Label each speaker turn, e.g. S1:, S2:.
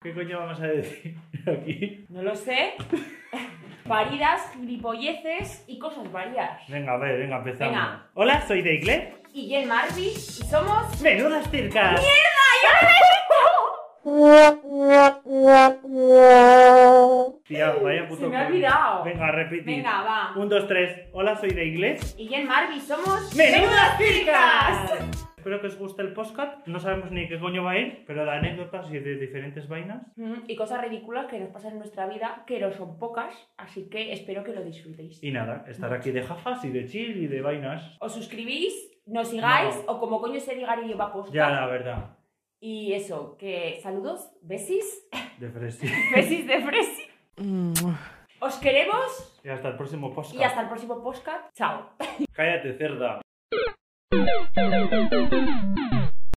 S1: ¿Qué coño vamos a decir aquí?
S2: No lo sé. Paridas, gilipolleces y cosas varias.
S1: Venga, a ver, venga, empezamos.
S2: Venga.
S1: Hola, soy Deigle.
S2: Y Jen Marby y somos.
S1: Menudas circas. Tía, vaya puto.
S2: Se me ha
S1: coño.
S2: olvidado.
S1: Venga, repite.
S2: Venga, va.
S1: Un, dos, tres. Hola, soy Deigle.
S2: Y Jen Marby somos.
S1: ¡Menudas
S2: circas!
S1: Espero que os guste el podcast. No sabemos ni qué coño va a ir, pero de anécdotas y de diferentes vainas.
S2: Mm, Y cosas ridículas que nos pasan en nuestra vida, que no son pocas, así que espero que lo disfrutéis.
S1: Y nada, estar aquí de jafas y de chill y de vainas.
S2: Os suscribís, nos sigáis, o como coño se diga y va a postar.
S1: Ya, la verdad.
S2: Y eso, que saludos, besis,
S1: De fresco.
S2: besis de Fresi. Os queremos
S1: Y hasta el próximo podcast.
S2: y hasta el próximo podcast. Chao.
S1: Cállate, cerda.